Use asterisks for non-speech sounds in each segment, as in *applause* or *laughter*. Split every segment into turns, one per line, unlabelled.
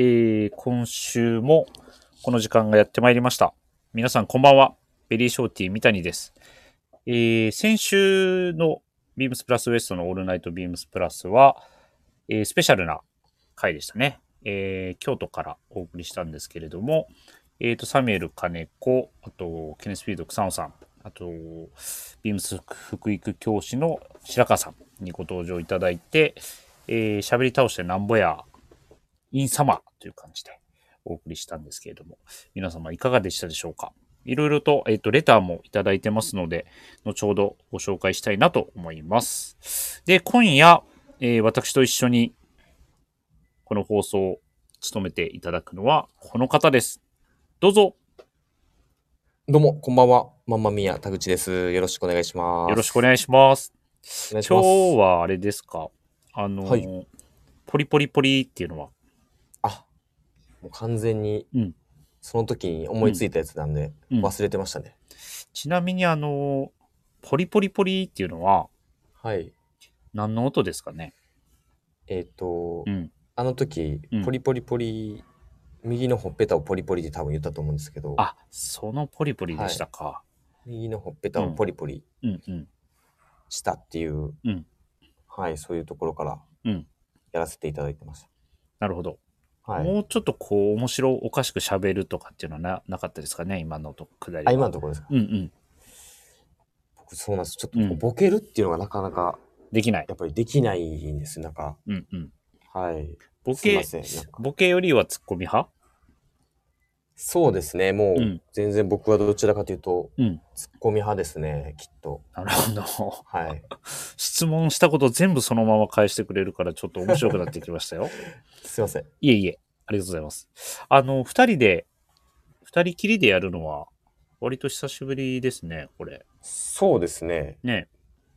えー今週もこの時間がやってまいりました。皆さんこんばんは。ベリーショーティー三谷です。えー先週のビームスプラスウエストのオールナイトビームスプラスは、えースペシャルな回でしたね。えー京都からお送りしたんですけれども、えっ、と、サミュエル金子、あと、ケネスフィールド草野さん、あと、ビームス福育教師の白川さんにご登場いただいて、えー喋り倒してなんぼや、インサマーという感じでお送りしたんですけれども、皆様いかがでしたでしょうかいろいろと、えっ、と、レターもいただいてますので、後ほどご紹介したいなと思います。で、今夜、えー私と一緒に、この放送を務めていただくのは、この方です。どうぞ、
どうも、こんばんは。まんまみや、田口です。よろしくお願いします。
よろしくお願いします。
お願いし
今
ます。
日はあれですかあのー、
は
ポリポリポリっていうのは、
あ、もう完全に
うん、
その時に思いついたやつなんで、
うん
忘れてましたね。
ちなみにあのー、ポリポリポリっていうのは、
はい。
何の音ですかね
えっ、と、
うん。
あの時
うん、
ポリポリポリ、右のほっぺたをポリポリで多分言ったと思うんですけど、
あ、そのポリポリでしたか。
右のほっぺたをポリポリ
うんうん。
したっていう、
うん
はい、そういうところから
うん
やらせていただいてまし
なるほど。
た。はい。
もうちょっとこう、面白おかしく喋るとかっていうのはななかったですかね今のとくだりは。
あ、今のところですか。
うんうん。
僕、そうなんです。ちょっ
う
と
ん
ボケるっていうのがなかなか、
できない。
やっぱりできないんです。なんか、
うんうん。
はい。
ボ
すい
ケ
ま、せんなんか
ボケよりはツッコミ派
そうですね、も
う
う、
ん
全然僕はどちらかというと、
うん。
ツッコミ派ですね、きっと。
なるほど。 *laughs*
はい。
質問したこと全部そのまま返してくれるからちょっと面白くなってきました
*laughs*
よ。
すいません。
いえいえ、ありがとうございます。あの、二人で、二人きりでやるのは、割と久しぶりですね、これ。
そうですね、
ね、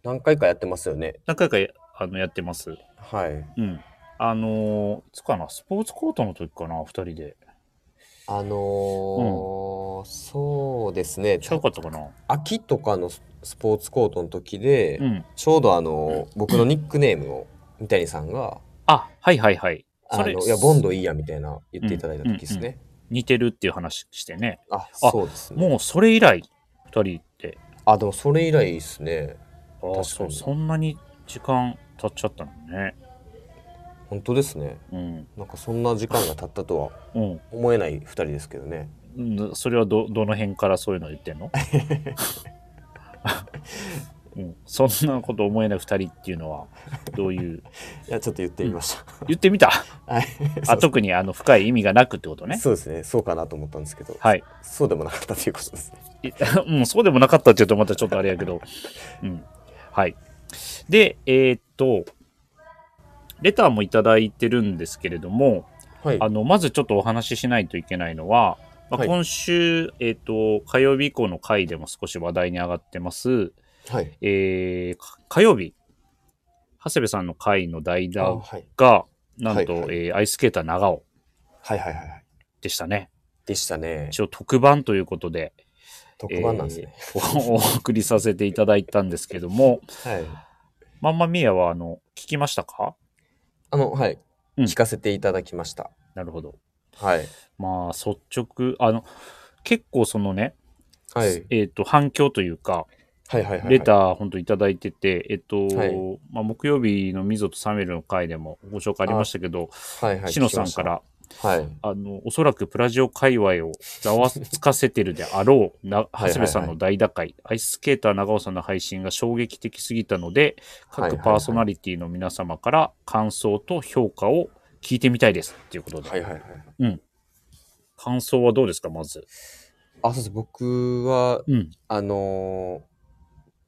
何回かやってますよね。
何回かやあのやってます。
はい。
うん。あのー、いつかな、スポーツコートの時かな、二人で。
あのーそうですね、
ちゃうかったかな。
秋とかのススポーツコートの時で、
うん。
ちょうどあのー僕のニックネームを三谷さんが、
あ、はいはいはい。
あ
それ
の、いや、ボンドいいやみたいな言っていただいた時ですね。
似てるっていう話してね。
あ、
あ
そうですね。
もうそれ以来、二人って。
あ、でもそれ以来ですね。
ああ、
に
そう、そんなに時間経っちゃったのね。
本当ですね。
うん。
なんかそんな時間が経ったとは
うん。
思えない二人ですけどね。
うんそれはどどの辺からそういうの言ってん *laughs* の、うん、そんなこと思えない2人っていうのはどういう
いや、ちょっと言ってみました。
言ってみ *laughs* た
はい。
あ特にあの深い意味がなくってことね
そうですね。そうかなと思ったんですけど、
はい
そうでもなかったということですね。
いうん、そうで *laughs* もなかったっていうとまたちょっとあれやけど、うん、はいでえーっとレターもいただいてるんですけれども
はい
あのまずちょっとお話ししないといけないのは、まあ
はい
今週、えーっと火曜日以降の回でも少し話題に上がってます
はい。
えーか火曜日、長谷部さんの会の代
あ
打
はい。
が、なんと、
はい
え
は
ーアイスケーター長尾
はいはいはいはい。
でしたね。
でしたね。
一応特番ということで、
特番なんですね。
えーおお *laughs* 送りさせていただいたんですけども、 *laughs*
はい。
まんまみやは、あの、聞きましたか
あの、はい。
うん
聞かせていただきました。
なるほど。
はい。
まあ、率直、あの、結構そのね、
はい。
えっ、と、反響というか、
はいはいはい。
レター、本当いただいてて、えっ、と、
はい
まあ、木曜日のミゾとサメルの会でもご紹介ありましたけど、
ー。はいはい。
シノさんから、
聞きました。はい。
あの、おそらくプラジオ界隈をざわつかせてるであろう、な、
はいはいは
長
い
谷部さんの大打開、アイススケーター長尾さんの配信が衝撃的すぎたので、各
はいはいはい
パーソナリティの皆様から感想と評価を聞いてみたいです。っていうことで。
はいはいはい。
感想はどうですか、まず。
あ、そうです。僕は、
うん。
あのー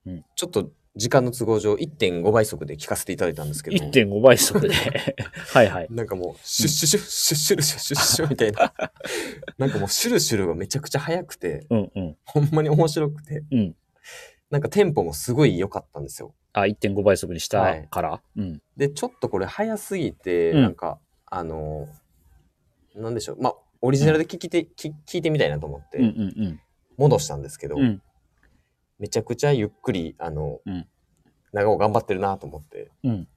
うん
ちょっと時間の都合上1.5倍速で聞かせていただいたんですけど。
1.5倍速で。 *laughs* はいはい。
なんかもう、シュッシュシュッシュッシュルシュッシュッシュッみた
*laughs*
いな。なんかもう、シュルシュルがめちゃくちゃ速くて、
うんうん。
ほんまに面白くて、
うん。
なんかテンポもすごい良かったんですよ。
あ、1.5倍速にしたから。うん。
で、ちょっとこれ速すぎて、
うん
なんか、あのーなんでしょう。まあ、オリジナルで聞いて、き聞いてみたいなと思って、
うんうん
戻したんですけど、
うん。うん。
めちゃくちゃゆっくり、あの、
うん
長尾頑張ってるなと思って、
うん。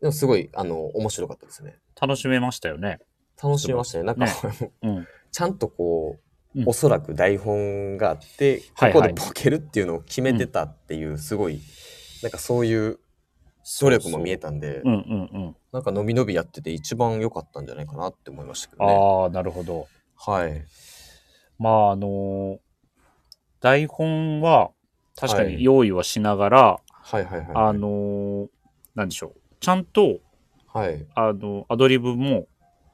でもすごい、あの、面白かったですね。
楽しめましたよね。
楽しみましたね。なんか、
ねうん。
ちゃんとこう、
うん
おそらく台本があって、
は
こ
いはい
こでボケるっていうのを決めてたっていう、すごい、なんかそういう努力も見えたんで、
うんうんうん。
なんか伸び伸びやってて一番良かったんじゃないかなって思いましたけどね。
ああ、なるほど。
はい。
まあ、あのー台本は確か
は
に
い
用意はしながら、
はいはいはい。
あのーなんでしょう。ちゃんと、
はい。
あの、アドリブも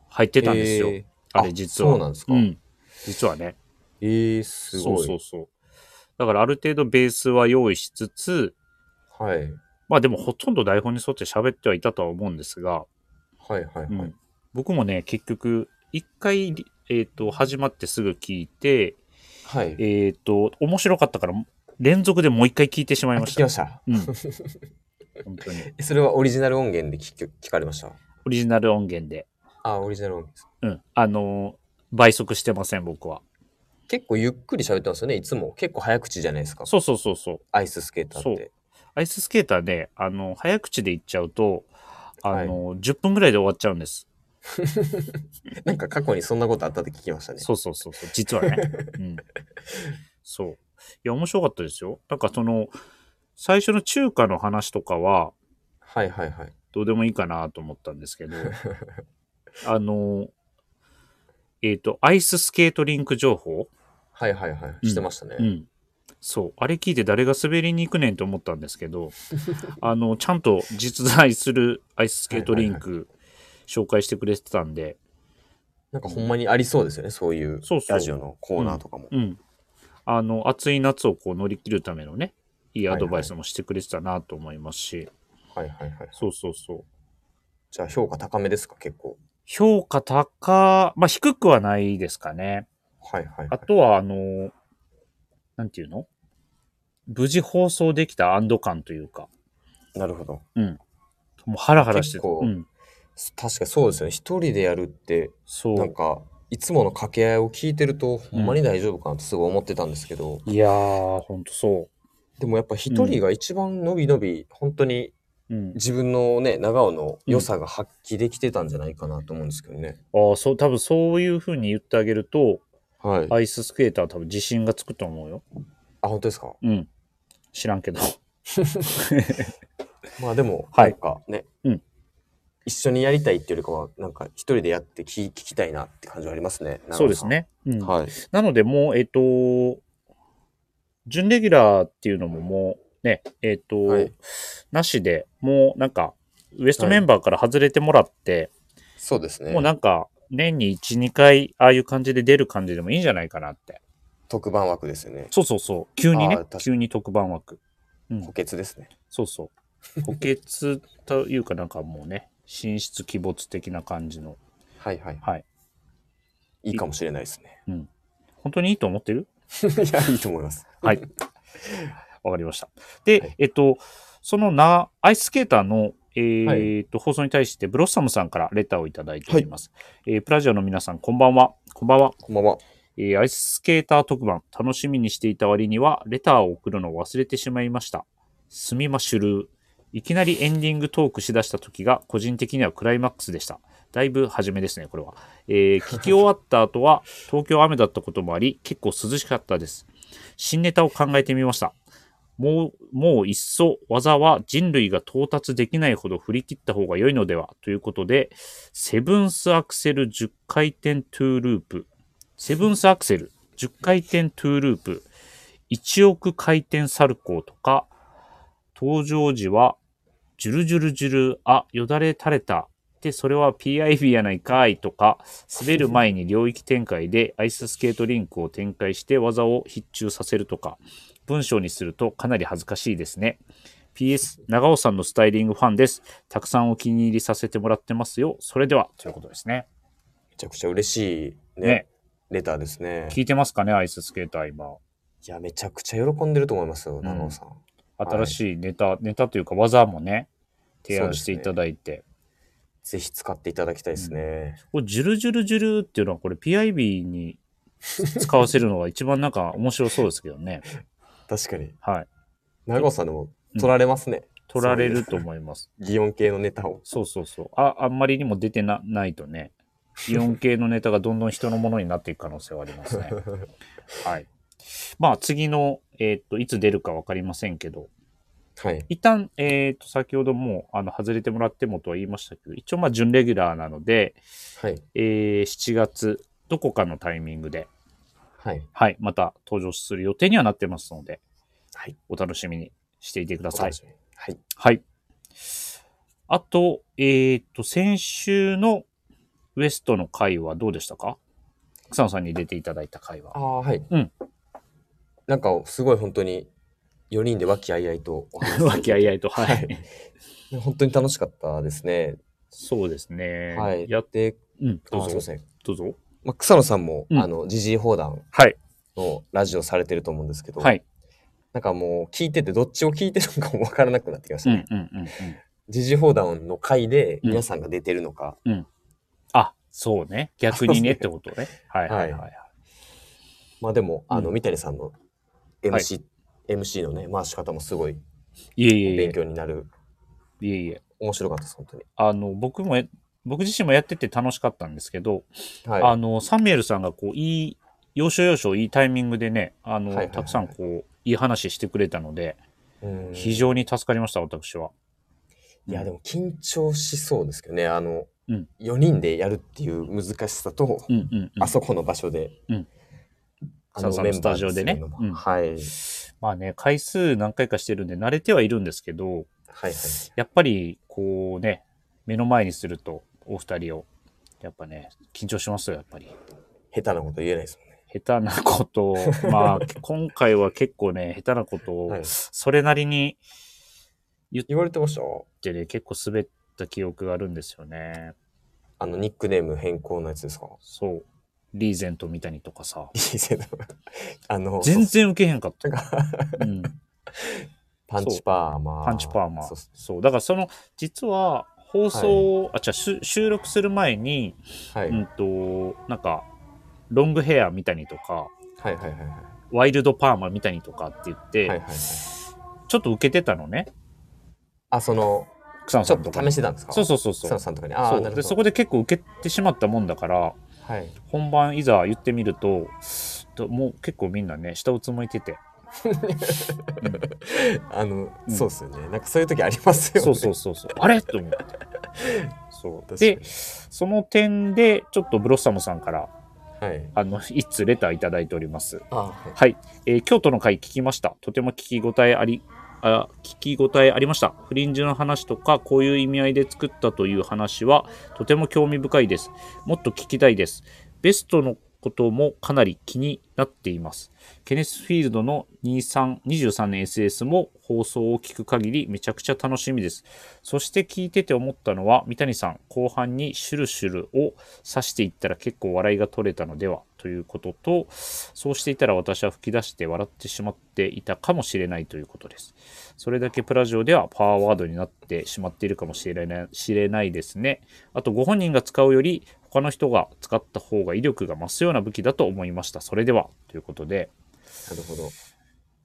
入ってたんですよ。
えー
あれ実は。
そうなんですか。
うん実はね。
えー、すごい。
そうそうそう。だからある程度ベースは用意しつつ、
はい。はい
まあでもほとんど台本に沿って喋ってはいたとは思うんですが、
はいはい。
うん僕もね、結局、一回、えっ、と、始まってすぐ聞いて、
はい。
えっ、と、面白かったから、連続でもう一回聞いてしまい
あ
ま
聞
し
き
た
ま。した。
うん。 *laughs* 本当に。
えそれはオリジナル音源で聞き聞かれました。
オリジナル音源で。
あ、オリジナル音源です。
うん。あのー倍速してません、僕は。
結構ゆっくり喋ってますよね、いつも。結構早口じゃないですか。
そうそうそうそう。
アイススケーターっ
そう
て。
アイススケーターね、あの、早口で行っちゃうと、あの、10分ぐらいで終わっちゃうんです。
なんか過去にそんなことあったって聞きましたね。
そうそうそうそう、実はね。うん。そう。いや、面白かったですよ。なんかその、最初の中華の話とかは、
はいはいはい。
どうでもいいかなと思ったんです *laughs* けど、あの、えっ、と、アイススケートリンク情報
はいはいはい。してましたね。
うん。そう。あれ聞いて誰が滑りに行くねんと思ったんですけ
*laughs*
ど、あの、ちゃんと実在するアイススケートリンク紹介してくれてたんで、
なんかほんまにありそうですよね、そういう
そうそう
ラジオのコーナーとかも。
うん。あの、暑い夏をこう乗り切るためのね、いいアドバイスもしてくれてたなと思いますし、
はいはいはい。
そうそうそう。
じゃあ評価高めですか、結構。
評価高、まあ低くはないですかね。
はいはい、は
あ
い。
とは、あの、なんていうの無事放送できた安堵感というか、
なるほど。
もうハラハラして
結構
うん、
確かにそうですよね。一人でやるって、
そう。
なんか、いつもの掛け合いを聞いてると、ほんまに大丈夫かなってすごい思ってたんですけど、
いやー、ほんとそ
でもやっぱ一人が一番のびのび、本当に
う。うん。
自分のね、長尾の良さが発揮できてたんじゃないかなと思うんですけどね。
ああ、そう、多分そういう風に言ってあげると、
はい。
アイススケーターは多分自信がつくと思うよ。
あ、本当ですか
うん。知らんけど。
*laughs* まあでも、
はい
なんかね、
うん
一緒にやりたいっていうよりかは、なんか一人でやって聞聞きたいなって感じはありますね。
そうですね。うん。
長野さん。はい。
なので、もう、えっ、と、準レギュラーっていうのももう、ね、えっ、と、
はい
なしで、もうなんか、ウエストメンバーから外れてもらって、
そうですね。
もうなんか、年に1、2回、ああいう感じで出る感じでもいいんじゃないかなって。
特番枠ですよね。
そうそうそう。急に
あー
ね
確か、に
急に特番枠。
補欠ですね。
そう
*laughs*
そう。補欠というかなんかもうね、進出鬼没的な感じの。
はいはい。
はい。
いいかもしれないですね。
本当にいいと思ってる
いや、いいと思います。
はい。わかりました。で、
はい
えっと、そのな、アイススケーターの、えー
はい
えっと放送に対して、ブロッサムさんからレターをいただいております。えープラジオの皆さん、こんばんは。こんばんは。
こんばんは。
えーアイススケーター特番、楽しみにしていた割には、レターを送るのを忘れてしまいました。すみましゅるー。いきなりエンディングトークしだした時が、個人的にはクライマックスでした。だいぶ初めですね、これは。えー聞き終わった後は、東京雨だったこともあり、結構涼しかったです。新ネタを考えてみました。もう、もういっそ技は人類が到達できないほど振り切った方が良いのではということで、セブンスアクセル10回転トゥーループセブンスアクセル、10回転トゥーループ、1億回転サルコーとか、登場時は、ジュルジュルジュル、あ、よだれ垂れた。で、それは PIV やないかいとか、滑る前に領域展開でアイススケートリンクを展開して技を必中させるとか、文章にするとかなり恥ずかしいですね。PS、長尾さんのスタイリングファンです。たくさんお気に入りさせてもらってますよ。それでは、ということですね。
めちゃくちゃ嬉しいね、
ね、
レターですね。
聞いてますかね、アイススケーター今。
いや、めちゃくちゃ喜んでると思いますよ、長尾さん。
新しいネタ、ネタというか技もね、提案していただいて。
ぜひ使っていただきたいですね。
これ、ジュルジュルジュルっていうのは、これ PIB に使わせるのが一番なんか面白そうですけど *laughs* ね。
確かに。
はい。
長尾さんでも
うん
取られますね。
取られると思います。
擬音系のネタを。
そうそうそうあ。あんまりにも出てなないとね。イオン系のネタがどんどん人のものになっていく可能性はあります *laughs* ね。はい。まあ、次の、えーっと、いつ出るかわかりませんけど、
はい。
一旦、えーっと、先ほどもう、あの、外れてもらってもとは言いましたけど、一応、まあ、準レギュラーなので、
はい。
えー7月、どこかのタイミングで、
はい。
はい、また登場する予定にはなってますので、
はい。
お楽しみにしていてくだ
お
さい
楽。しみにはい。
はい。あと、えーっと、先週のウエストの回はどうでしたか草野さんに出ていただいた回
あ
は。
あ、はい。
うん。
なんか、すごい本当に、4人で和気あいあいとお話し *laughs*
和気あいあいと、は。
はいい。本当に楽しかったですね。
そうですね。
はい。
やっ
で、
うん、
あ
どう
すい
ぞ
ま。せん。
どうぞ。
まあ、草野さんも、
うん
あの、時事放談
はい。
のラジオされてると思うんですけど、
はい。
なんかもう聞いててどっちを聞いてるのかもわからなくなってきまし
う
た
ん
ね。
うんうんうん。
時事放談の回で
うん
皆さんが出てるのか、
あ、そうね。逆にねってこと
*laughs*
ね。はいはいはい。
まあでも、あの、
うん
三谷さんの MC、MC のね、回し方もすごい
いえいえい
勉
え。
強になる。
いえいえ。
面白かったです、本当に。
あの、僕もや、僕自身もやってて楽しかったんですけど、
はい。
あの、サミュエルさんがこう、いい、要所要所いいタイミングでね、あの、
はいはいはい
たくさんこう、いい話してくれたので、
うん
非常に助かりました、私は。
いや、でも緊張しそうですけどね、あの、
うん
4人でやるっていう難しさと、
うんうんうん、
あそこの場所で、
うん
あ
さあさ
の
あ
メ
ス
ンバー
タジオでね
するのも
うん
はい。はい
まあね、回数何回かしてるんで慣れてはいるんですけど、
はい。
やっぱりこうね、目の前にすると、お二人を、やっぱね、緊張しますよ、やっぱり。
下手なこと言えないですもんね。
下手な
*laughs*
ことを、まあ、今回は結構ね、下手なこと
は
を
い、
それなりに
言われてました
ってね、結構滑った記憶があるんですよね。
あの、ニックネーム変更のや
*laughs*
つですか
そう。リーゼント三谷とかさ。
いい制度。あの、
全然受けへんかった。
なんか
うん、
パンチパーマー。
パンチパーマ
そう
ー
っす。
そう。だからその、実は、放送を、あ、じゃ収録する前に、
はい。
うんと、なんか、ロングヘアみたいにとか、
はいはいはいは
ワイルドパーマみたいにとかって言って、
い。はいはいはい。
ちょっと受けてたのね。
あ、その、
草野
ち
さ
ょ
ん
っ
と
と
か
試してたんですか
そう
う。
そうそうそ
草
う
野。さんとかに。ああ、
そう
なるほ
で
ど。
そこで結構受けてしまったもんだから
はい。
本番いざ言ってみるとともう結構みんなね下をつむいてて、うん
あの、
うん
そうっすよね。なんかそういう時ありますよね。
そうそうそうそう。あれと思って。そう。
確かに
で、その点で、ちょっとブロッサムさんから、
はい。
あの、一通レターいただいております。
あはい。
はい。えー京都の会聞きました。とても聞き応えあり、あ聞き応えありました。フリンジの話とか、こういう意味合いで作ったという話は、とても興味深いです。もっと聞きたいです。ベストのこともかなり気になっています。ケネスフィールドの23 23年 SS も放送を聞く限りめちゃくちゃ楽しみです。そして聞いてて思ったのは、三谷さん、後半にシュルシュルを指していったら結構笑いが取れたのではということと、そうしていたら私は吹き出して笑ってしまっていたかもしれないということです。それだけプラジオではパワーワードになってしまっているかもしれないしれないですね。あと、ご本人が使うより、他の人が使った方が威力が増すような武器だと思いました。それでは、ということで、
なるほど。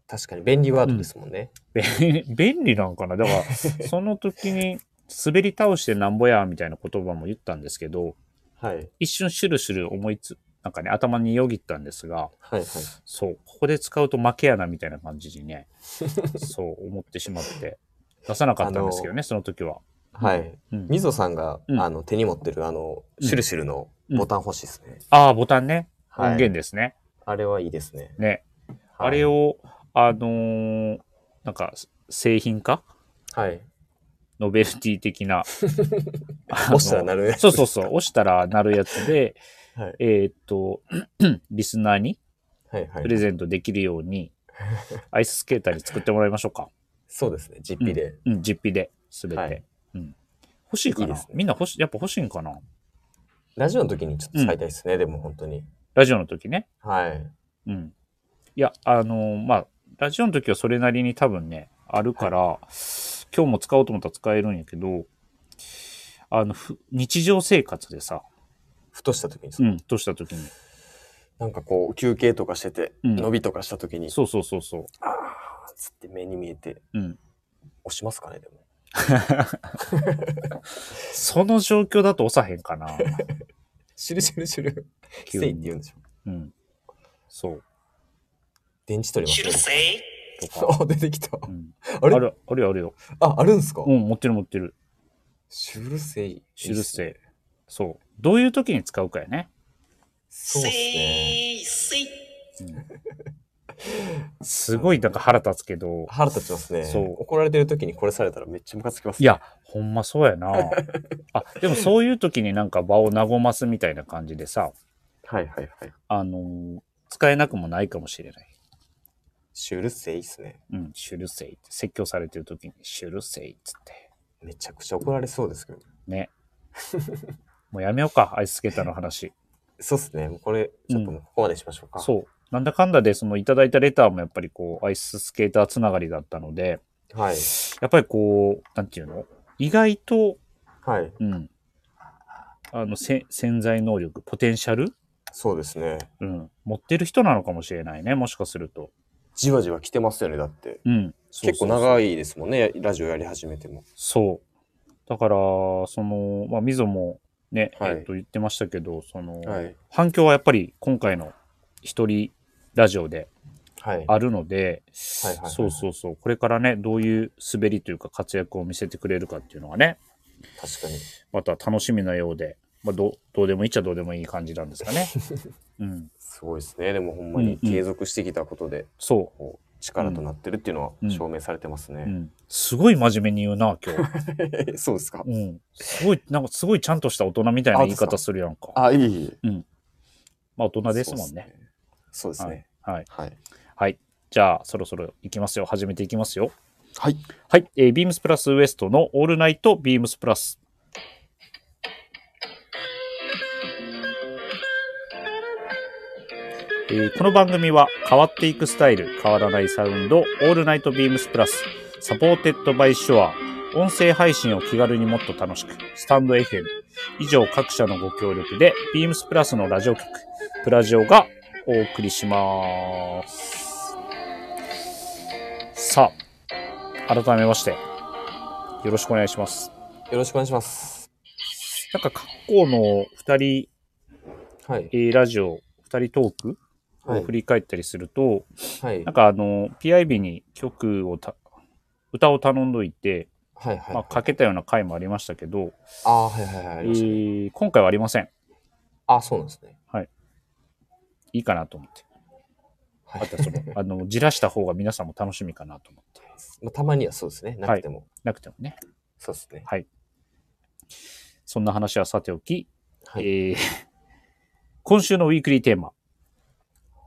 確かに便利ワードですもんね。
便 *laughs* 便利なんかなだから *laughs* その時に滑り倒してなんぼやみたいな言葉も言ったんですけど
はい。
一瞬シュルシュル思いつなんかね頭によぎったんですが
はいはい。
そうここで使うと負け穴みたいな感じにねそう思ってしま
*laughs*
って出さなかったんですけどねその時は、
はい。
うん、
みぞさんが、
うん
あの、手に持ってる、あの、
うん
シュルシュルのボタン欲しいですね。
ああボタンね音
はい
源ですね、
あれはいいですね。
ね
はい
あれ。をあのーなんか製品化
はい。
ノベルティ的な
*laughs* 押したらなるやつ
そうそうそう、押したらなるやつで、
はい
えーっと、 *clears throat* リスナーに
はいは
プレ
い。
ゼントできるよう
*laughs*
に、アイススケーターに作ってもらいましょうか。
そうですね。実費で。
うん、実費で、すべて、
はい
うん。欲しいかない
いですね
みんな欲し、やっぱ欲しいんかな
ラジオの時にちょっと使いたいですね。でも本当に。
ラジオの時ね。
はい。
うん。いや、あのーまあ、ラジオの時はそれなりに多分ね、あるから、今日も使おうと思ったら使えるんやけど、あの、ふ日常生活でさ、
ふとした時にさ、
うん、とした時に、
なんかこう休憩とかしてて、
うん
伸びとかした時に、
そうそうそうそう、
あーっつって目に見えて
うん。
押しますかねでも。 *laughs*
その状況だと押さへんかな。
シュルシュルシュル。
急に
セイって言うんでしょ。
うん。そう。
電池取りますね。
とか。
あ、出てきた。
うん、
あれ
ある、あるよ、あるよ。
あ、あるんすか
うん、持ってる持ってる。
シュルセイ。
シュルセイ。そう。どういう時に使うかやね。
そうっすね。
すごいなんか腹立つけど。
腹立ちますね。
そう
怒られてる時にこれされたらめっちゃムカつきます、
いや、ほんまそうやな。あ、でもそういう時になんか場を和ますみたいな感じでさ、
はいはいはい。
あのー使えなくもないかもしれない。
シュルセイっすね。
うん、シュルセイって、説教されてる時にシュルセイっつって。
めちゃくちゃ怒られそうですけど。
ね。もうやめようか、アイススケーターの話。
そうっすね。もうこれ、ちょっともうここまでしましょうか。
そう。なんだかんだで、そのいただいたレターもやっぱりこう、アイススケーターつながりだったので、
はい。
やっぱりこう、なんていうの意外と、
はい。
うん。あの、せ潜在能力、ポテンシャル
そうですね。
うん。持ってる人なのかもしれないね、もしかすると。
じわじわ来てますよね、だって。
うん。
結構
い。
長いですもんね、ラジオやり始めても。
そう。だから、その、まあ、みぞもね、
はい
えっと、言ってましたけど、その、
はい。
反響はやっぱり今回の一人ラジオで
はい。
あるので、
はいはいはい
そうそうそう、これからね、どういう滑りというか活躍を見せてくれるかっていうのはね、
確かに。
また楽しみなようで、まあ、どうどうでもいいっちゃどうでもいい感じなんです
*laughs*
かね。うん、
すごいですね。でもほんまに継続してきたことで、
そ
こう、力となってるっていうの
うん
は証明されてます
う、う
ね。
ん。すごい真面目に言うな、今日。
*laughs* そうですか。
うん。すごい、なんかすごいちゃんとした大人みたいな言い方するやんか。
あ、いい。
まあ大人ですもんね。。
そうですね。
はい。
はい。
はい。じゃあ、そろそろ行きますよ。始めていきますよ。
はい。
はい、えービームスプラスウエストのオールナイトビームスプラス。えーこの番組は変わっていくスタイル、変わらないサウンド、オールナイトビームスプラス、サポーテッドバイショア、音声配信を気軽にもっと楽しく、スタンド FM、以上各社のご協力で、ビームスプラスのラジオ局、プラジオがお送りします。さあ、改めまして、よろしくお願いします。
よろしくお願いします。
なんか、格好の二人、
はい
え。ーラジオ、二人トーク
は
を
い
振。り返ったりすると、
はい
なん。かあの、PIB に曲をた、歌を頼んどいて、
はい。はい
まあ、かけたような回もありましたけど、
あー、はいはいはい。ありましたね
えー今回はありません。
あ、そうなんですね。
いいかなと思って。
はい
あとはその、あの、じらした方が皆さんも楽しみかなと思って。
まあたまにはそうですね。なくても。
なくてもね。
そうですね。
そんな話はさておき、
はい。
えー今週のウィークリーテーマ、
は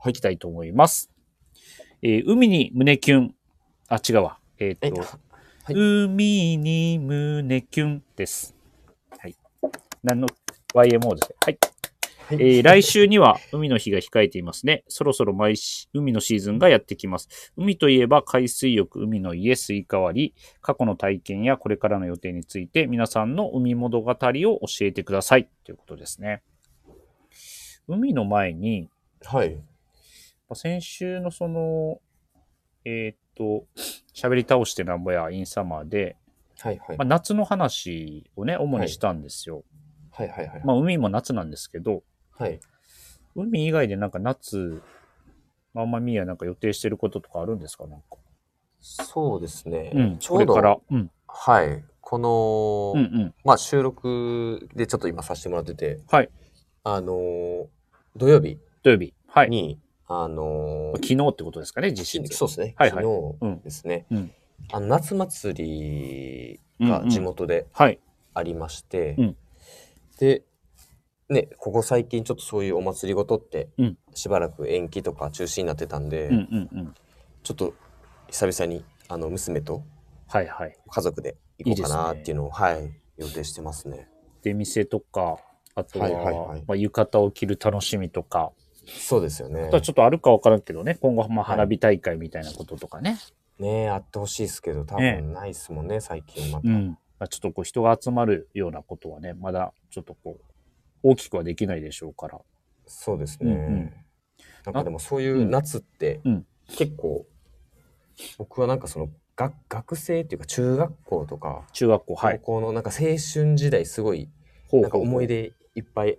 い
いきたいと思います。えー海に胸キュン。あ、違うわ。えーっと、
え
海に胸キュンです。はい。何の YMO ですね。はい。
はい
えー来週には海の日が控えていますね。そろそろ毎し海のシーズンがやってきます。海といえば海水浴、海の家、スイカ割り、過去の体験やこれからの予定について皆さんの海物語を教えてくださいということですね。海の前に、
はい。
まあ先週のその、えーっと、喋り倒してなんぼやインサマーで、
はいはい
まあ、。夏の話をね、主にしたんですよ。
はいはいはい。
まあ、海も夏なんですけど、
はい。
海以外でなんか夏、まああんまみーやなんか予定してることとかあるんですかなんか。
そうですね。
うん、
ちょうど
これから。うん、
はい。この、
うん、うん。
まあ収録でちょっと今させてもらってて、
はい。
あのー土曜日
土曜日。はい。
に、あのー
昨日ってことですかね、実
き
質。
そうですね、
はいはい
昨日ですね、
うん
あの夏祭
う
り
ん
が
うん
地元で
はい。
ありまして、
うん
で、ね、ここ最近ちょっとそういうお祭りごとって
うん
しばらく延期とか中止になってたんで、
うん、うん、うん。
ちょっと久々にあの娘と
はい、はい。
家族で行こうか
いいで
な
すね
っていうのをはい予定してますね。
出店とか、あとは、
はいはいはい
まあ、浴衣を着る楽しみとか、
そうですよね
あと。はちょっとあるかわからんけどね、今後、まあ、
はい
花火大会みたいなこととかね。
ねえあってほしいですけど多
ねえ
分ないですもんね最近また。
うん。まあ、ちょっとこう人が集まるようなことはね、まだちょっとこう、大きくはできないでしょうから。
そうですね、
うんうん
なんかでもそういう夏って
うん
結構、僕はなんかその学学生っていうか中学校とか
中学校、は
高
い。
校のなんか青春時代すごい
ほ
なんか思い出いっぱい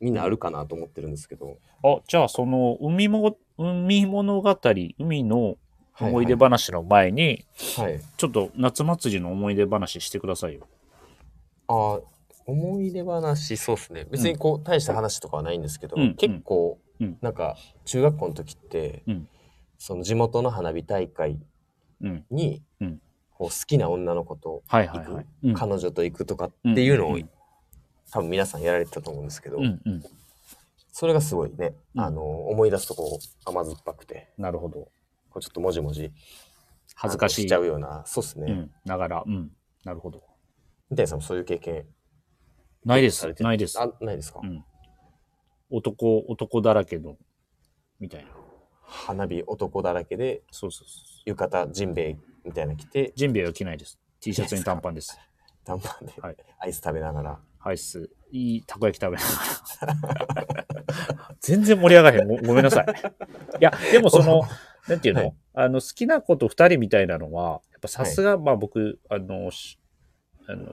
みんなあるかなと思ってるんですけど。
あ、じゃあその海も、海物語、海の
は
思い出話の前に、
はい。
ちょっと夏祭りの思い出話してくださいよ。
あー思い出話、そうですね。別にこう、大した話とかはないんですけど、
うん
結構、
うん
なんか、中学校の時って、
うん
その地元の花火大会
うん。
に、
うん
こう好きな女の子と、
はいはいはい。うん
彼女と行くとかっていうのを、
うんうん
多分皆さんやられてたと思うんですけど、
うんうん。
それがすごいね、
うん
あの思い出すとこう甘酸っぱくて、
なるほど。
こうちょっともじもじ
恥ずかし
し
い。
ちゃうような、そうですね。
うん。ながら、うん。なるほど。
三谷さんもそういう経験
ないで
さ
す
れ。て
ないです。
あないですか、
うん。男、男だらけの、みたいな。
花火男だらけで
そうそうそう。
浴衣ジンベエみたいなの着て
ジンベエは着ないです。T シャツに短パンです。
短パンで
はい
アイス食べながら、
アイス、いいたこ焼き食べながら。 *laughs* 全然盛り上がらへん。ごごめんなさい。いや、でもその、なんていうの、
はい
あの、好きな子と二人みたいなのは、やっぱさすが、まあ僕、あの、しあの、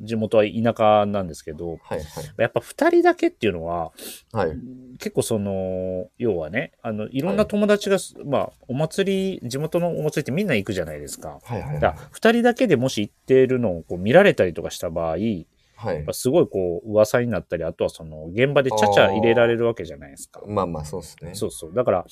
地元は田舎なんですけど、
はい
やっぱ二人だけっていうのは、
はいはい
結構その、要はね、あの、いろんな友達がす、まあ、お祭り、地元のお祭りってみんな行くじゃないですか。
はいはい
だから二人だけでもし行ってるのをこう見られたりとかした場合、
はい
やっぱすごいこう噂になったり、あとはその現場でちゃちゃ入れられるわけじゃないですか。
まあまあそうですね
そうそう。だから、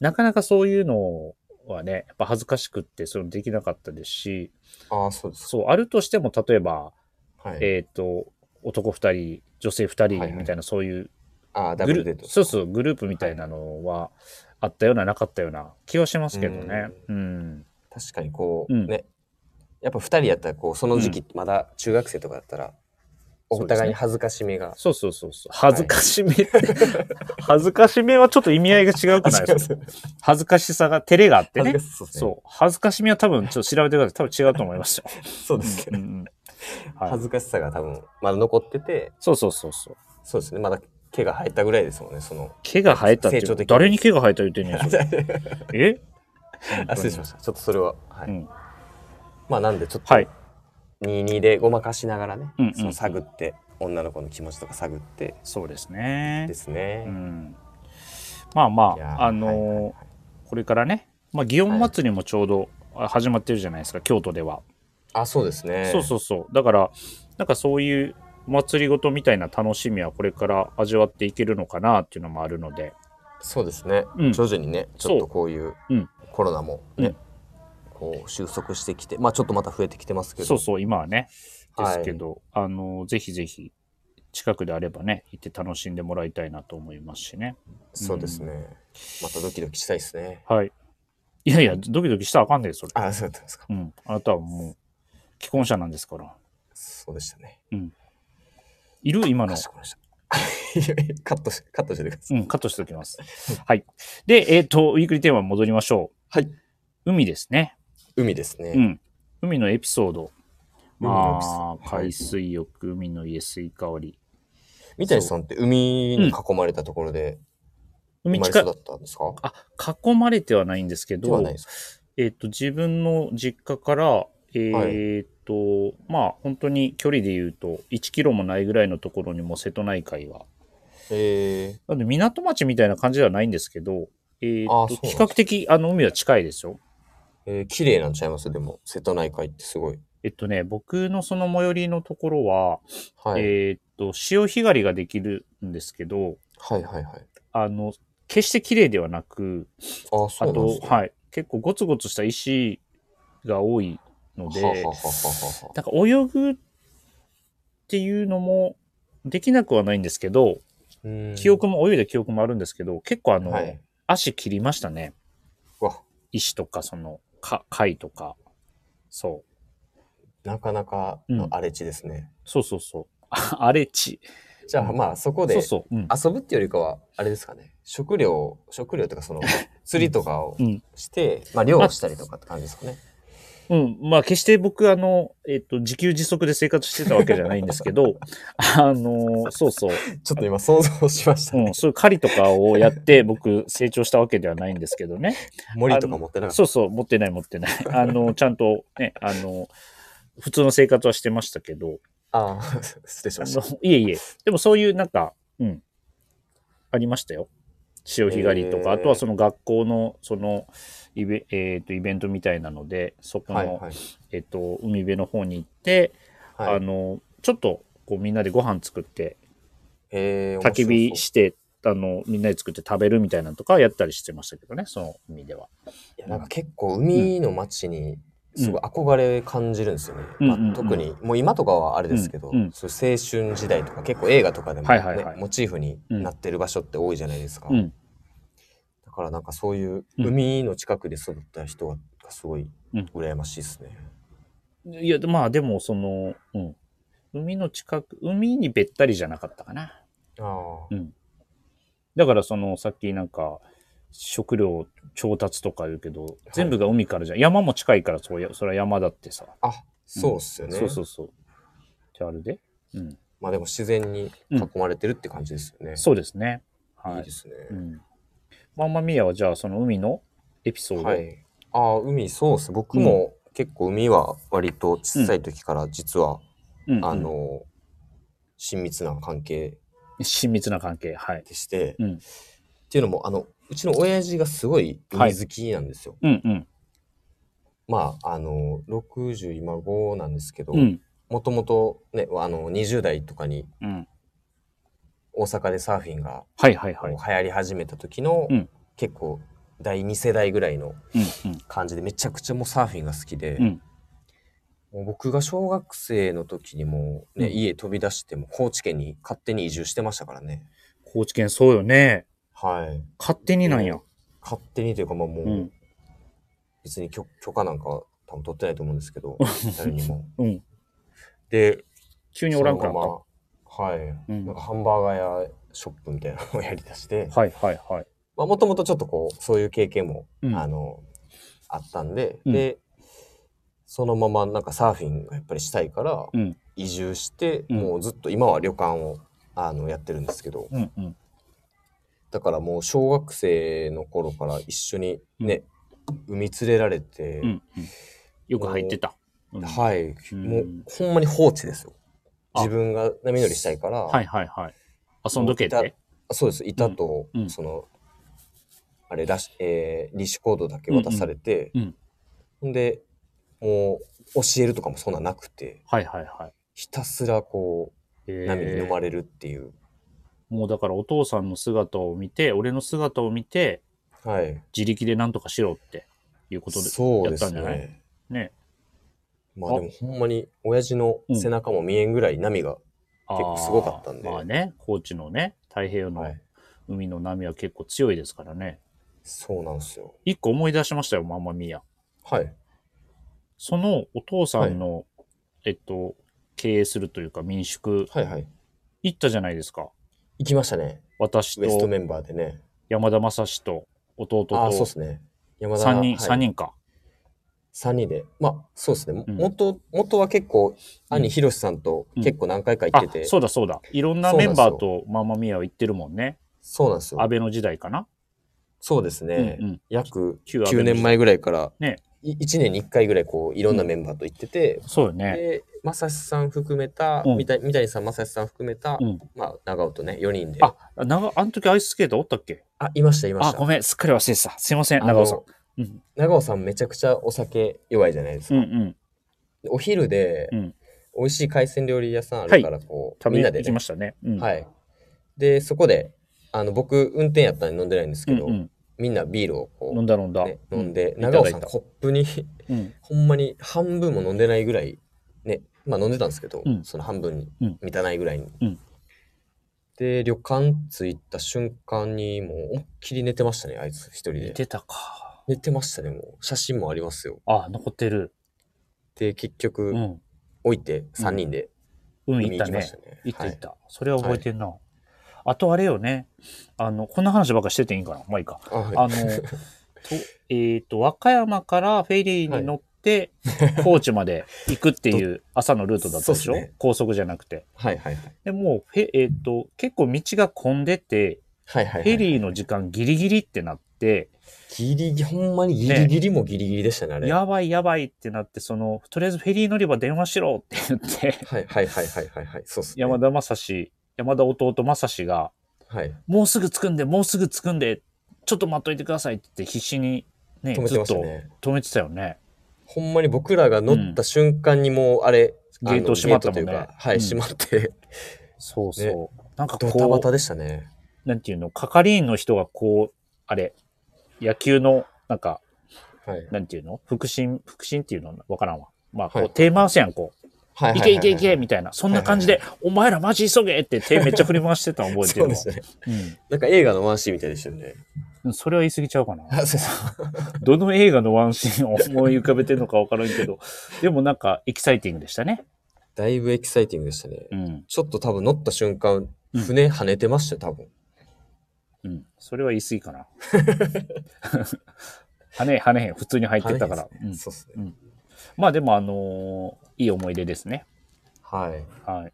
なかなかそういうのはね、やっぱ恥ずかしくって、それもできなかったですし、
ああそうです
そう、あるとしても、例えば、
はい
えっ、と、男二人、女性二
はい
人
はい
みたいな、そういう
ああダ
グ
ブ
ル、
ルデート
そうそう、グループみたいなのはあったような、なかったような気はしますけどね。うん。
確かにこう、
うん
ねやっぱ二人やったらこうその時期、まだ中学生とかだったらお互いに恥ずかしめが、
そうそうそうそう。恥ずかしめって、
*laughs*
恥ずかしめはちょっと意味合いが違うくないですか
す
恥ずかしさが、照れがあって
恥
ね
ずか。しそうですね
そう。恥ずかしみは多分、ちょっと調べてください。多分違うと思います
*laughs*
よ。
そうです
うん
ね、 *laughs*
うんはい
恥ずかしさが多分まだ残ってて
そうそうそうそう。
そうですねまだ毛が生えたぐらいですもんねその
毛が生えたって
成長的に
誰に毛が生えた言ってんねんそれ *laughs* え
あ失礼しましたちょっとそれは、はい
うん
まあなんでちょっと
はい。
22でごまかしながらね、
うんうん
その探って女の子の気持ちとか探って
そうですね
で。すね、
うん。まあま
いやー
あ、あのー
はいはいはい
これからね、まあ、祇園祭りもちょうどあ始まってるじゃないですか、京都では。
あそうですね
そうそうそう。だから、なんかそういう祭りごとみたいな楽しみはこれから味わっていけるのかなっていうのもあるので。
そうですね、
うん
徐々にねちょっとこういう
うん
コロナも
う
ね、
ん
こう収束してきてまあちょっとまた増えてきてますけど
そうそう、今はね。で
はい
すけど、あの、ぜひぜひ、近くであればね、行って楽しんでもらいたいなと思いますしね。
そうですね、またドキドキしたいですね
はい。いやいや、ドキドキしたらあかんねそれ。
あそうだったんですか
うん。あなたはもう、既婚者なんですから。
そうでしたね
いる今の
か。しこまりました *laughs* いやいやカットしカットしてください
うん、カットしておきます。はい。で、えっ、と、ウィークリーテーマに戻りましょう。
はい
海ですね。
海ですね、
うん。海のエピソード。
海のエピソード
まあ、
はい
海水浴、海の家、スイカ割り。
三谷さんって海に囲まれたところで生
海
まれ
近い
育。ったんですか、
あ、囲まれてはないんですけ
では
ど、
ないですか
えっ、と、自分の実家から、えっ、と、まあ、本当に距離で言うと、1キロもないぐらいのところにもう瀬戸内海が
え
なんで港町みたいな感じではないんですけど、えー
あ
っ
ー
と
そうなんで
比較
す
的あの海は近いですよ。
ー、えー、綺麗なんちゃいますでも瀬戸内海ってすごい
えっとね、僕のその最寄りのところは、
はい、
えーっと、潮干狩りができるんですけど、
はいはいはい
あの、決して綺麗ではなく、
あそ
あ
うなんで
と
す、ね
はい、結構ゴツゴツした石が多いので、
ははははは
なんか泳ぐっていうのもできなくはないんですけど、
うん
記憶も、泳いだ記憶もあるんですけど、結構あの、
はい
足切りましたね。
うわ
石とかそのか貝とかそう
なかなかの荒れ地ですね、
そうそうそう *laughs* あ荒れ地
じゃあまあそこ
そ
で
うそう、うん、
遊ぶっていうよりかはあれですかね食料食料と
*laughs*
かその釣りとかを
うん
して、まあ漁をしたりとかって感じですかね
うん、まあ決して僕あの、えっと自給自足で生活してたわけじゃないんですけ
*laughs*
どあのそうそう、
ちょっと今想像しました
う
ね、
ん、そういう狩りとかをやって僕成長したわけではないんですけどね
森とか持ってなかった
そうそう持ってない持って
*laughs*
ないあのちゃんとねあの普通の生活はしてましたけど
ああ失礼し
あ
ました
のいえいえでもそういうなんか、うん、ありましたよ。潮干狩りとか、
へー
あとはその学校の、そのイベ、えーと、イベントみたいなので、そこの、
はいはい。
えっ、と、海辺の方に行って、
は
あ
い、
の、ちょっと、こうみんなでご飯作って、
えー、
焚き
面白
火
そ
して、あの、みんなで作って食べるみたいなのとかやったりしてましたけどね、その海では。
ういやなんか結構海の街にすごい憧れ感じるんですよね。
うん
まあ
うんうんうん
特にもう今とかはあれですけど、
うんうん
そういう青春時代とか結構映画とかでも、ね
はいはいはい
モチーフになってる場所って多いじゃないですか。
うん。
だからなんかそういう
うん
海の近くで育った人がすごい
うん
羨ましいですね。
いや、まあでも、その、うん。海の近く、海にべったりじゃなかったかな。
あ
うん。だから、その、さっきなんか、食料調達とか言うけど、全部が海からじゃん、山も近いから、そうや、それは山だってさ。
あ。あ、そうっすよね。
そうそうそう。じゃあ、あれでうん。
まあでも自然に囲まれてるって感じですよね。
そうですね。はい
い
い
で。すね。
うん。マンマミヤは、じゃあ、その海のエピソード。
はい。ああ、海、そうっす。僕も結構海は割と小さい時から実は、
うんうん
あ、の、親密な関係
親密な関係。はい。
でして、
うん
っていうのも、あの、うちの親父がすごい海好きなんですよ。
うんうん。
まあ、あの、60今5なんですけど、
うん。
もともとね、あの、20代とかに
うん。
大阪でサーフィンが
はいはい
こう
はい
流。行り始めた時の、
うん
結構第2世代ぐらいの
うんうん。
感じでめちゃくちゃもうサーフィンが好きで、
うん
もう僕が小学生の時にもう、ね
うん
家飛び出してもう高知県に勝手に移住してましたからね
高知県、そうよね。
はい
勝手になんや。
勝手にというかまあもう、
うん
別に許許可なんか多分取ってないと思うんですけど誰にも
*laughs* うん。
で
急におらんくなった。
そのままはい、
うん
なんかハンバーガー屋ショップみたいなのをやりだして
はいはいはい。
まあもともとちょっとこうそういう経験も、
うん
あのあったんで、
うん
でそのままなんかサーフィンがやっぱりしたいから
うん
移住して、
うん
もうずっと今は旅館をあのやってるんですけど
うんうん。
だからもう小学生の頃から一緒にね、海連れられて、
うんうん、よく入ってた。うんは
はい、
うん
もうほんまに放置ですよ
あ
自分が波乗りしたいから、
いはいはい。遊んどけっ
もう
て
い。そうです板と、
うんうん
そのあれラシ、えー、リッシュコードだけ渡されて、
うんうん
ほんでもう教えるとかもそんななくて
はいはいはい。
ひたすらこう
え
波に飲
ー、
まれるっていう、
もうだからお父さんの姿を見て、俺の姿を見て、
はい
自力で何とかしろっていうことで
そう
や
で
ったん
す
じゃない
ね
ね。
まあでもほんまに親父の背中も見えんぐらい波が、
あー
結構すごかったんで
まあね、高知のね、太平洋の
はい
海の波は結構強いですからね。
そうなんですよ
一個思い出しましたよ、マンマミヤ。
はい
そのお父さんの、えっと、経営するというか民宿、
はいはい
行ったじゃないですか。
行きましたね
私
ウエスト
と
メンバーでね
山田正史と弟と
ああそうですね山田
3人、
はい
三人か。
3人で。まあ、そうですね。も
うん
元、元は結構、兄、ひろしさんと
うん
結構何回か行
あ
ってて、
そうだそうだ。いろんなメンバーとママミヤは行ってるもんね。
そうなんですよ
安。倍の時代かな。
そうですね。
うんうん
約
旧安倍
9年前ぐらいから、
ね
い1年に1回ぐらい、こう、いろんなメンバーと行ってて、
そうよね。
で、まさしさん含めた、
うん
みた三谷さん、まさしさん含めた、
うん。
まあ、長尾とね、4人で。
あ、長あの時アイススケートおったっけ
あいました、いまし
あ、
た。
ごめん。すっかり忘れてた。すいません、
あの
長尾さん。うん。
長尾さん、めちゃくちゃお酒弱いじゃないです
う
か。
んうん。
お昼で、
うん
美味しい海鮮料理屋さんあるから、こう、
食べ
みんな
に
で
行き
ね
ま、したね。うん。い。
はい。で、そこで、あの、僕、運転やったんで飲んでないんです
う
け
ん
ど、
うん。
みんなビールを
飲
こ
んだ飲ん
う、
だ
ね。飲んで、
う
長尾
いた
さん、
だい
コップに、 *laughs*
たうん。
ほんまに半分も飲んでないぐらい、ね、まあ飲んでたんですけど、
うん
その半分に
うん
満たないぐらいに。
うん
で、旅館着いた瞬間に、もう思いっきり寝てましたね、あいつ、一人
寝
で。
てたか。
寝てましたね、もう。写真もありますよ。
あ、残ってる。
で、結局、
うん。
置いて3人で
海
見
行った
に行きま
ね
し。たね。
行った
は
行
い
った、それは覚えてんな、あとあれよねあのこんな話ばっかしてていいんかなまあいいか
あはい *laughs*
あのとえっ、と和歌山からフェリーに乗っ
*laughs*
て、高知まで行くっていう朝のルートだったでしょ
そうっすね
高速じゃなくて
はいはいはい。
でもうフェ、えー、と結構道が混んでて
はいはいは
フ
い。
ェリーの時間ギリギリってなって、
ギリギリ、ほんまにギリギリもギリギリでしたね、あれ。
やばいやばいってなってそのとりあえずフェリー乗り場電話しろって言って
はいはいはいはいはいはい。そうっすね。
山田正史山田弟正史が
はい。
もうすぐ着くんで、もうすぐ着くんで、ちょっと待っといてくださいって必死にね、
止め
ず
て
っ
ました
と
ね。
止めてたよね。
ほんまに僕らが乗った瞬間にもう、あれ、あの
ゲート閉まったもんね
ゲートというかは
うん
い、閉まって、
そうそう。なんか
ドタバ
こ
タでしたね。
う、なんていうの、係員の人がこう、あれ、野球の、なんか、
はい。
なんていうの腹心、腹心っていうのわからんわ。まあ、こ
は
う、
い
手回すやん、こう。
はいい
けいけいけ
み
みたいな。そんな感じで、お前らマジ急げって手めっちゃ振り回してたの覚えて
そ
る
うで
わ
すね。なんか映画のワンシーンみたいでしたよね。
うん。それは言い過ぎちゃうかな。
あ、そうそう。
どの映画のワンシーンを思い浮かべてるのかわからんけど、でもなんかエキサイティングでしたね。
だいぶエキサイティングでしたね。
うん。
ちょっと多分乗った瞬間、
うん
船跳ねてましたよ、多分。
うん。それは言い過ぎか
*laughs*
な。跳ねへん、跳ねへん。普通に入ってったから。
跳ね
う
へん
ん
そうですね。
まあでも、あのーいい思い出ですね。
はい。
は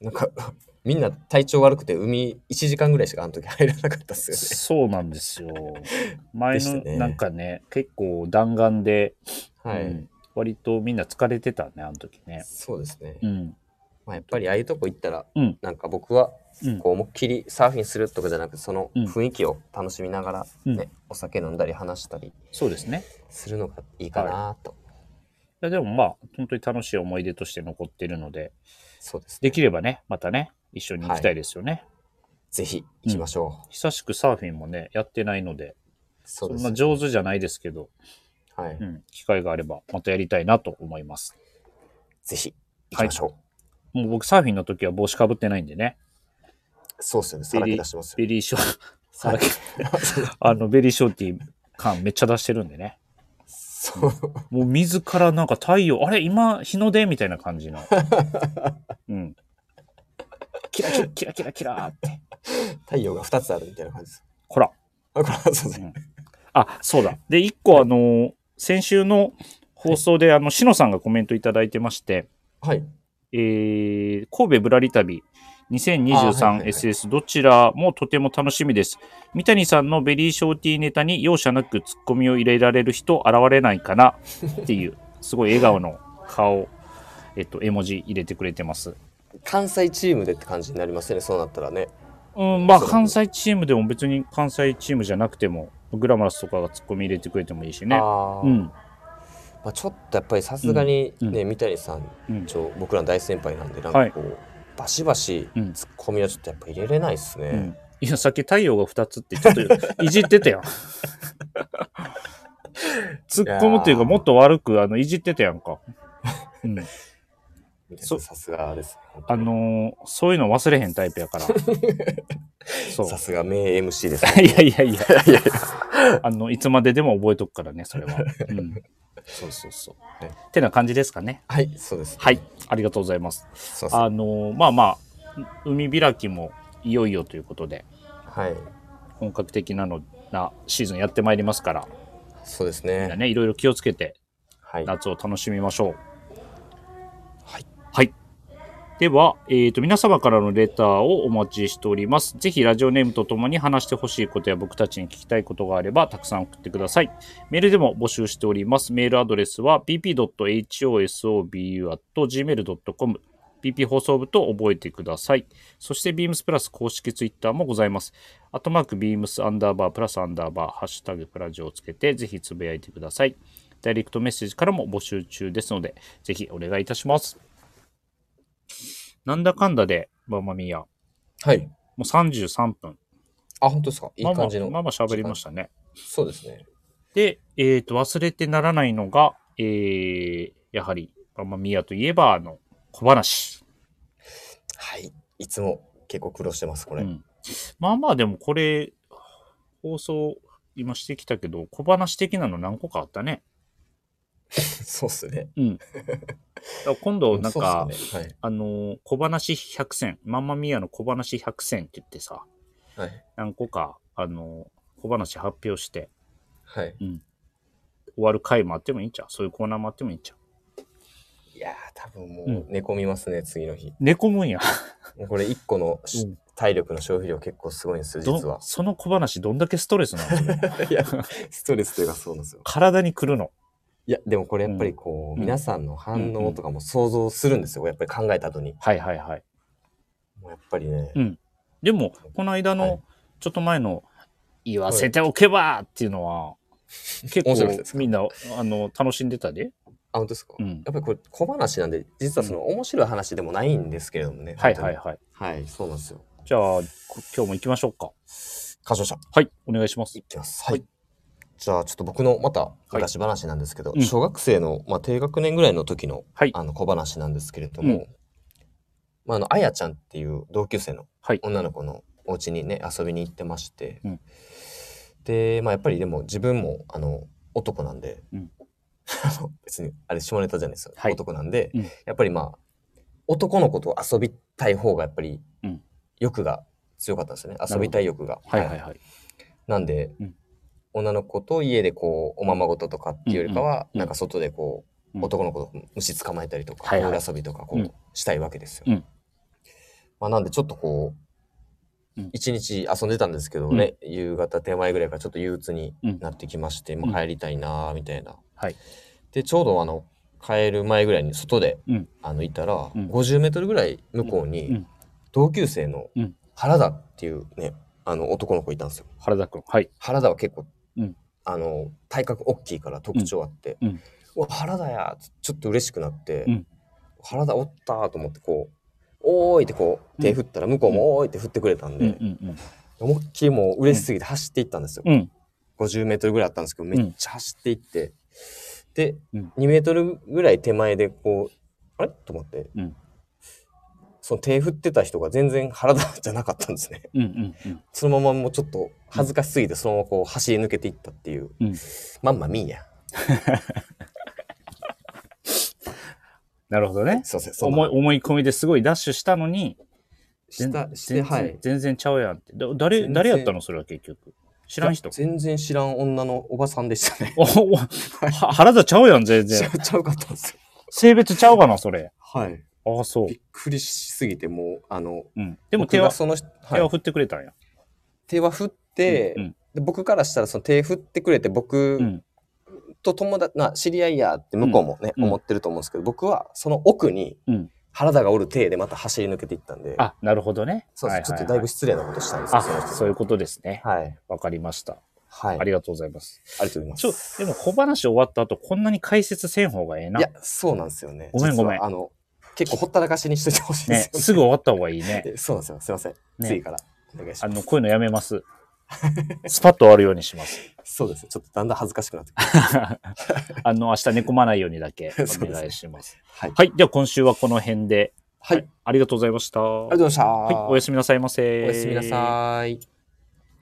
い。
なんか、 *laughs* みんな体調悪くて海1時間ぐらいしかあの時入らなかったっすよね。
そうなんです
*laughs*
よ。前
でし
の、
たね
なんかね、結構弾丸で、
は
う
い。
ん割とみんな疲れてたね、あの時ね。
そうですね。
うん。
まあ、やっぱりああいうとこ行ったら、
うん
なんか僕は、
うん
こう思いっきりサーフィンするとかじゃなくて、その
うん
雰囲気を楽しみながら、
うん
ね、お酒飲んだり話したり
そうですね。
するのがいいかなと。
いやでもまあ、本当に楽しい思い出として残ってるので、
そうです
で
ね。
きればね、またね、一緒に行きたいですよね。
ぜひ行きましょう。
久しくサーフィンもね、やってないので、そ
そうんです
な
ね。
上手じゃないですけど、
はい、
うん、機会があればまたやりたいなと思います。
ぜひ行きましょう。
もう僕サーフィンの時は帽子かぶってないんでね、
そうですよね。さらけ出してますよ。
ベリーショー、さ
は
ら
い
け、あの、ベリーショーティー感めっちゃ出してるんでね。
そう。
もう自らなんか太陽、あれ今日の出みたいな感
*laughs*
じの。うん。キラキラキラキラキラーって。
太陽が2つあるみたいな感じです。
ほら。
あ、これ、そうですね。
あ、そうだ。で、一個あのー、先週の放送で、あの、しのさんがコメントいただいてまして、
はい。
えー神戸ぶらり旅
あはいはいはい
2023SS どちらもとても楽しみです。三谷さんのベリーショーティーネタに容赦なくツッコミを入れられる人現れないかなっていう、すごい笑顔の顔、えっと、絵文字入れてくれてます。
関西チームでって感じになりますよね。そうなったらね。
うん、まあ
そう
関西チームでも別に関西チームじゃなくても、グラマラスとかがツッコミ入れてくれてもいいしね。
ああ、
うん、
まあ、ちょっとやっぱりさすがに
うん
ね、三谷さん、
うん。
ちょ僕らの大先輩なんで、なん
は
か
い
こう、バシバシ
うん
ツッコミはちょっとやっぱ入れれないですね。
うんいや、さっき太陽が2つってちょっ *laughs* といじってたやん。突っ込むというか、もっと悪くあのいじってたやんか。うん、
三谷
そう
さ
ん
さすがです。
あのーそういうの忘れへんタイプや *laughs* から。そう。
さすが名 MC です、
いやいやいや、
いやいや
あの、いつまででも覚えとくからね、それ *laughs* は。うん、そうそうそう。
はい
ってな感じですかね。
はい、そうです。
*laughs* はい。ありがとうございます。
そうです。
あのーまあまあ、海開きもいよいよということで、
はい。
本格的なのなシーズンやってまいりますから、
そうです
みんな
ね。
ね、いろいろ気をつけて
はい。
夏を楽しみましょう。
はい。
はい。では、えっ、と、皆様からのレターをお待ちしております。ぜひ、ラジオネームとともに話してほしいことや僕たちに聞きたいことがあれば、たくさん送ってください。メールでも募集しております。メールアドレスは bp.hosobu.gmail.com bp 放送部と覚えてください。そして beams プラス公式ツイッターもございます。アットマーク beams アンダーバープラスアンダーバーハッシュタグプラジオをつけてぜひつぶやいてください。ダイレクトメッセージからも募集中ですので、ぜひお願いいたします。なんだかんだで、ママミヤ、も
はい。
う33分。
あ、本当ですか。いい感じの。
まあまあまあまあ喋りましたね。
そうですね。
で、えっ、と、忘れてならないのが、えー、やはり、ママミヤといえば、あの、小話。
はい。いつも結構苦労してます、こ
う
れ。
ん。まあまあ、でもこれ、放送、今してきたけど、小話的なの何個かあったね。
*laughs* そうですね。
うん。だから今度、なんか、
そうっすねはい。
あのー小話100選、ママミヤの小話100選って言ってさ、
はい。
何個か、あのー小話発表して、
はい。
終わる回もあってもいいんちゃうそういうコーナーもあってもいいんちゃう
いやー、多分も
う
うん寝込みますね、次の日。
寝込むんや。
もうこれ1個のし、
うん
体力の消費量結構すごいんですよ、実
ど
は。
その小話どんだけストレスな *laughs* の
*laughs* いや、ストレスというかそうなんですよ。
体にくるの。
いや、でもこれやっぱりこ
う
う、
ん
皆さんの反応とかも想像するんですよ、やっぱり考えた後に。
はいはいはい。
もうやっぱりね、
うんでも、この間
はい
のちょっと前の言わせておけばっていうのは、 *laughs* 結
面白かったです
構
か
みんな、あの、楽しんでたで。
あ、本当ですか、
うん。
やっぱりこれ小話なんで、実はその面白い話でもないんですけれどもね。
はいはい
本
はい。
当に。はい、そうなんですよ。
じゃあ、こ今日も行きましょうか。
箇所者、い
はい、お願いします。
きます。
は
はいい。じゃあ、ちょっと僕のまた昔話なんですけど、
うん
小学生の、まあ、低学年ぐらいの時の、
はい
あの小話なんですけれども、
うん
まあ、あの、あやちゃんっていう同級生の
はい
女の子のお家にね、遊びに行ってまして、
うん
で、まあ、やっぱりでも自分も、あの、男なんで、
うん
あの別に、あれ、下ネタじゃないですよ。
はい
男なんで、
うん
やっぱりまあ、男の子と遊びたい方がやっぱり
うん
欲が強かったんですよね。遊びたい欲が。
はいはいはい。
なんで、
うん
女の子と家でこうおままごととかっていうよりかは、
うん
なんか外でこう、
うん
男の子と虫捕まえたりとか、
はいはい
ボール遊びとかこう、
うん
したいわけですよ。
うん
まあ、なんでちょっとこう
うん
一日遊んでたんですけどね、夕方手前ぐらいからちょっと憂鬱になってきまして、
ん
もう帰りたいなーみたいな。
はい
でちょうどあの帰る前ぐらいに外で、
うん
あのいたら、
うん
50メートルぐらい向こう
うんう
に
ん
同級生の
うん
原田っていうねあの男の子いたんですよ。
原田くん。はい。
原田は結構、
うん
あの体格大きいから特徴あって「
う
うん
うん
わ原田や!」ちょっと嬉しくなって「
うん
原田おった!」と思ってこう「おーい!」ってこう手振ったら向こうも「おーい!」って振ってくれたん
う
で、
んうん
思いっきりもう嬉しすぎて走っていったんですよ、
うん。うん。
50メートルぐらいあったんですけどめっちゃ走っていって、で、
うん
2メートルぐらい手前でこうあれと思って、
うん
その手振ってた人が全然原田じゃなかったんですね
うんうんうん。
そのままもうちょっと恥ずかしすぎてそのままこう走り抜けていったっていう、
うん
まんまみーや
なるほどね。
すいませんそんな
思い、思い込みですごいダッシュしたのに、全
したして
全然
はい
全然ちゃうやんって。だ誰、
全然
誰やったのそれは結局。知らん人
いや。全然知らん女のおばさんでしたね
おおは原田ちゃうやん、全
知ら
然。
*laughs* んちゃうかったんですよ
性別ちゃうかな、それ。
はい
ああ、そう
びっ。くりしすぎてもうあの
うん。でも
僕
手
が
は、
その人
手
は
はい振ってくれたんや。
手は振って、
うん
で僕からしたらその手振ってくれて僕
うん。
と友達、な知り合いやって向こうもね、
うん
思ってると思うんですけど僕はその奥に
うん
原田がおる手でまた走り抜けていったんで、
あ、なるほどね。
そう
は
で
は
す
は
ちょっとだいぶ失礼なことしたんですよ
あ、そういうことですね。
はい
わかりました。
はい
ありがとうございます。
ありがとうございます。
ちょ、でも小話終わった後、こんなに解説せん方がええない
や、そうなんですよね。
ごめん
実は
ごめん
あの、結構ほったらかしにしといてほしいんで
ね
す、よ、
すぐ終わった方がいいね。
で *laughs* そうなんですよ。すいません。
ね
次からお願いし
あ
ま
の、
す。
こういうのやめ
*laughs*
ます。スパッと終わるようにします。
そうです。ちょっとだんだん恥ずかしくなってくる。
あの、明日寝込まないようにだけ
*laughs* そうです
お
ね
願いします。
はい。
はい。では今週はこの辺で。
はい。ありがと
ありがとう
う
ございました。
ございました。
はい。おやすみなさいませ。
おやすみなさい。